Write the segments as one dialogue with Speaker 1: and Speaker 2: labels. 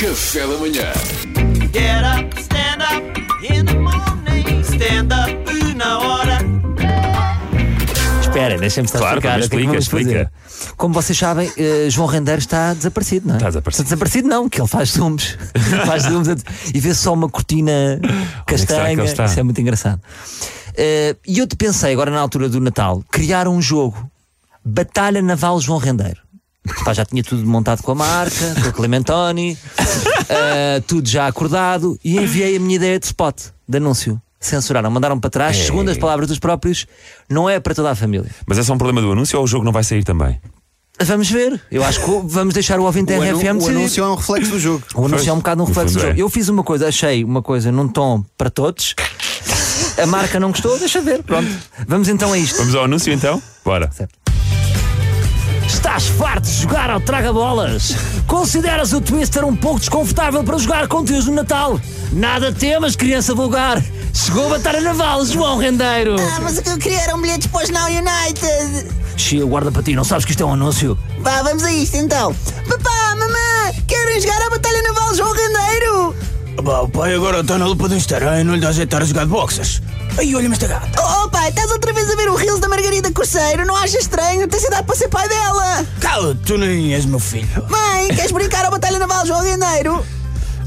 Speaker 1: Café da manhã.
Speaker 2: Get up, stand up in the morning. Stand up na hora.
Speaker 3: Espera, deixa-me só
Speaker 4: Claro,
Speaker 3: explicar.
Speaker 4: também
Speaker 3: o que é que vamos
Speaker 4: explica,
Speaker 3: fazer. Como vocês sabem, eh, João Rendeiro está desaparecido, não é?
Speaker 4: Está desaparecido.
Speaker 3: não, que ele faz zooms. faz zooms a- e vê só uma cortina
Speaker 4: que será que ele
Speaker 3: castanha.
Speaker 4: está?
Speaker 3: Isso é muito engraçado. Eh, e eu te pensei, agora na altura do Natal, criar um jogo. Batalha Naval João Rendeiro. Pá, já tinha tudo montado com a marca, com o Clementoni, eh, tudo já acordado e enviei a minha ideia de spot, de anúncio. Censuraram, mandaram para trás, segundo
Speaker 4: É.
Speaker 3: as palavras dos próprios, não é para toda a família.
Speaker 4: Mas é só um problema do anúncio ou o jogo não vai sair também?
Speaker 3: Vamos ver. Eu acho que vamos deixar o ouvinte
Speaker 5: O,
Speaker 3: da
Speaker 5: anu-
Speaker 3: RFM
Speaker 5: o
Speaker 3: decidir.
Speaker 5: anúncio é um reflexo do jogo.
Speaker 3: O anúncio é um bocado um
Speaker 4: No
Speaker 3: reflexo do
Speaker 4: fundo
Speaker 3: jogo.
Speaker 4: é.
Speaker 3: Eu fiz uma coisa, achei uma coisa num tom para todos. A marca não gostou, deixa ver. Pronto. Vamos então a isto.
Speaker 4: Vamos ao anúncio então? Bora.
Speaker 3: Estás farto de jogar ao traga-bolas? Consideras o Twister um pouco desconfortável para jogar com tios no Natal? Nada temas, criança vulgar. Chegou a batalha naval, João Rendeiro.
Speaker 6: Ah, mas o que eu queria era um bilhete para o Jornal United.
Speaker 3: Xia, guarda para ti, não sabes que isto é um anúncio?
Speaker 6: Vá, vamos a isto então. Papá, mamãe, querem jogar a Batalha Naval João Rendeiro?
Speaker 7: Pá, o pai agora está na lupa do Instagram e não lhe dá jeito de estar a jogar de boxas. Aí olha-me esta gata.
Speaker 6: Oh, oh, pai, estás outra vez a ver o Reels da Margarida Corseiro? Não achas estranho? Tens idade para ser pai dela.
Speaker 7: Cala, tu nem és meu filho.
Speaker 6: Mãe, queres brincar a Batalha Naval João Rendeiro?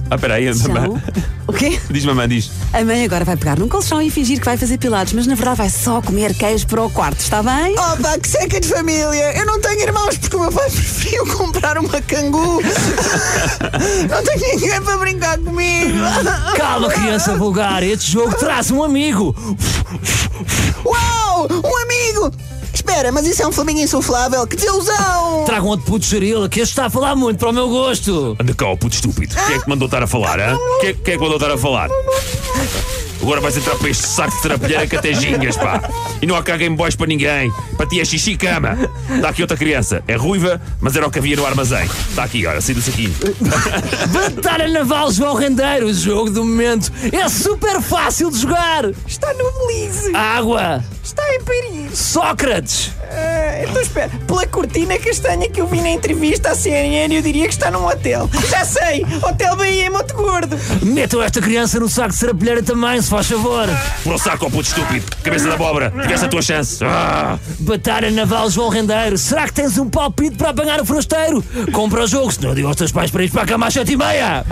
Speaker 4: Ah, peraí, a mamã.
Speaker 8: O quê?
Speaker 4: Diz mamã, diz.
Speaker 8: A mãe agora vai pegar num colchão e fingir que vai fazer pilates, mas na verdade vai só comer queijo para o quarto, está bem?
Speaker 6: Oh, pá, que seca de família. Eu não tenho irmãos porque o meu pai preferiu comprar uma cangu. não tenho ninguém para brincar comigo.
Speaker 3: Calma, criança vulgar, este jogo traz um amigo.
Speaker 6: Uau, um amigo. Espera, mas isso é um flamingo insuflável. Que desilusão.
Speaker 3: Traga um outro puto gerila, que este está a falar muito para o meu gosto.
Speaker 4: Anda cá, ó puto estúpido. Quem é que te mandou estar a falar, hã? Quem, é- quem é que mandou estar a falar? Agora vais entrar para este saco de trapalheira que até gingas, pá. E não há cá Game Boys para ninguém. Para ti é xixi e cama. Dá aqui outra criança. É ruiva, mas era o que havia no armazém. Está aqui, ora, sai do saquinho.
Speaker 3: Batalha Naval João Rendeiro, o jogo do momento. É super fácil de jogar.
Speaker 6: Está no Belize.
Speaker 3: Água,
Speaker 6: Está em Paris.
Speaker 3: Sócrates.
Speaker 6: Ah, então espera, pela cortina castanha que eu vi na entrevista à CNN, eu diria que está num hotel. Já sei, Hotel Bahia em Monte Gordo.
Speaker 3: Metam esta criança no saco de serapilheira também, se faz favor.
Speaker 4: Por o saco, ó puto estúpido. Cabeça da abóbora. Tiveste a tua chance. Ah!
Speaker 3: Batalha Naval João Rendeiro, será que tens um palpite para apanhar o forasteiro? Compra o jogo, senão digo aos teus pais para ir para a cama às sete e meia.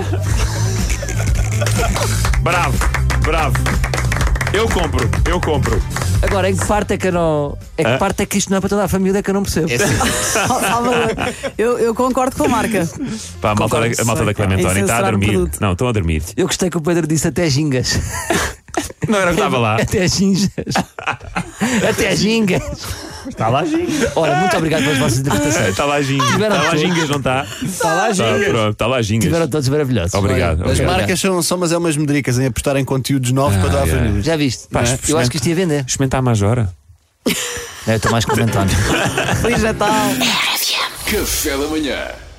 Speaker 4: Bravo, bravo. Eu compro, eu compro.
Speaker 3: Agora, em que parte é que eu não... Em
Speaker 4: Ah.
Speaker 3: que parte é que isto não é para toda a família é que eu não percebo?
Speaker 8: Salvador, eu, eu concordo com a marca.
Speaker 4: Pá, a malta,
Speaker 8: Concordo,
Speaker 4: da- a malta da
Speaker 8: sei.
Speaker 4: Clementoni
Speaker 8: Em
Speaker 4: está a
Speaker 8: censurar um
Speaker 4: dormir.
Speaker 8: produto.
Speaker 4: Não, estão a dormir.
Speaker 3: Eu gostei que o Pedro disse até gingas.
Speaker 4: Não era o que estava lá.
Speaker 3: Até as gingas. Até as gingas.
Speaker 4: Está lá gingas.
Speaker 3: Ora, muito obrigado pelas vossas interpretações.
Speaker 4: Está tá lá gingas. Está
Speaker 3: Tiveram
Speaker 4: lá
Speaker 3: tudo.
Speaker 4: gingas, não está? Está lá gingas. Pronto, está lá
Speaker 3: Tá Tiveram
Speaker 4: gingas.
Speaker 3: todos maravilhosos.
Speaker 4: Tá. Obrigado,
Speaker 3: Olha,
Speaker 4: obrigado.
Speaker 3: mas
Speaker 5: Marcas são, são, mas é umas medricas em apostar em conteúdos novos para dar à
Speaker 4: yeah.
Speaker 5: família.
Speaker 3: Já viste?
Speaker 4: Pá,
Speaker 3: Não é? Eu
Speaker 4: experimenta-
Speaker 3: acho que isto ia vender. É,
Speaker 4: Experimenta a Majora.
Speaker 3: Não, eu estou mais comentando.
Speaker 8: Feliz Natal.
Speaker 1: Café da manhã.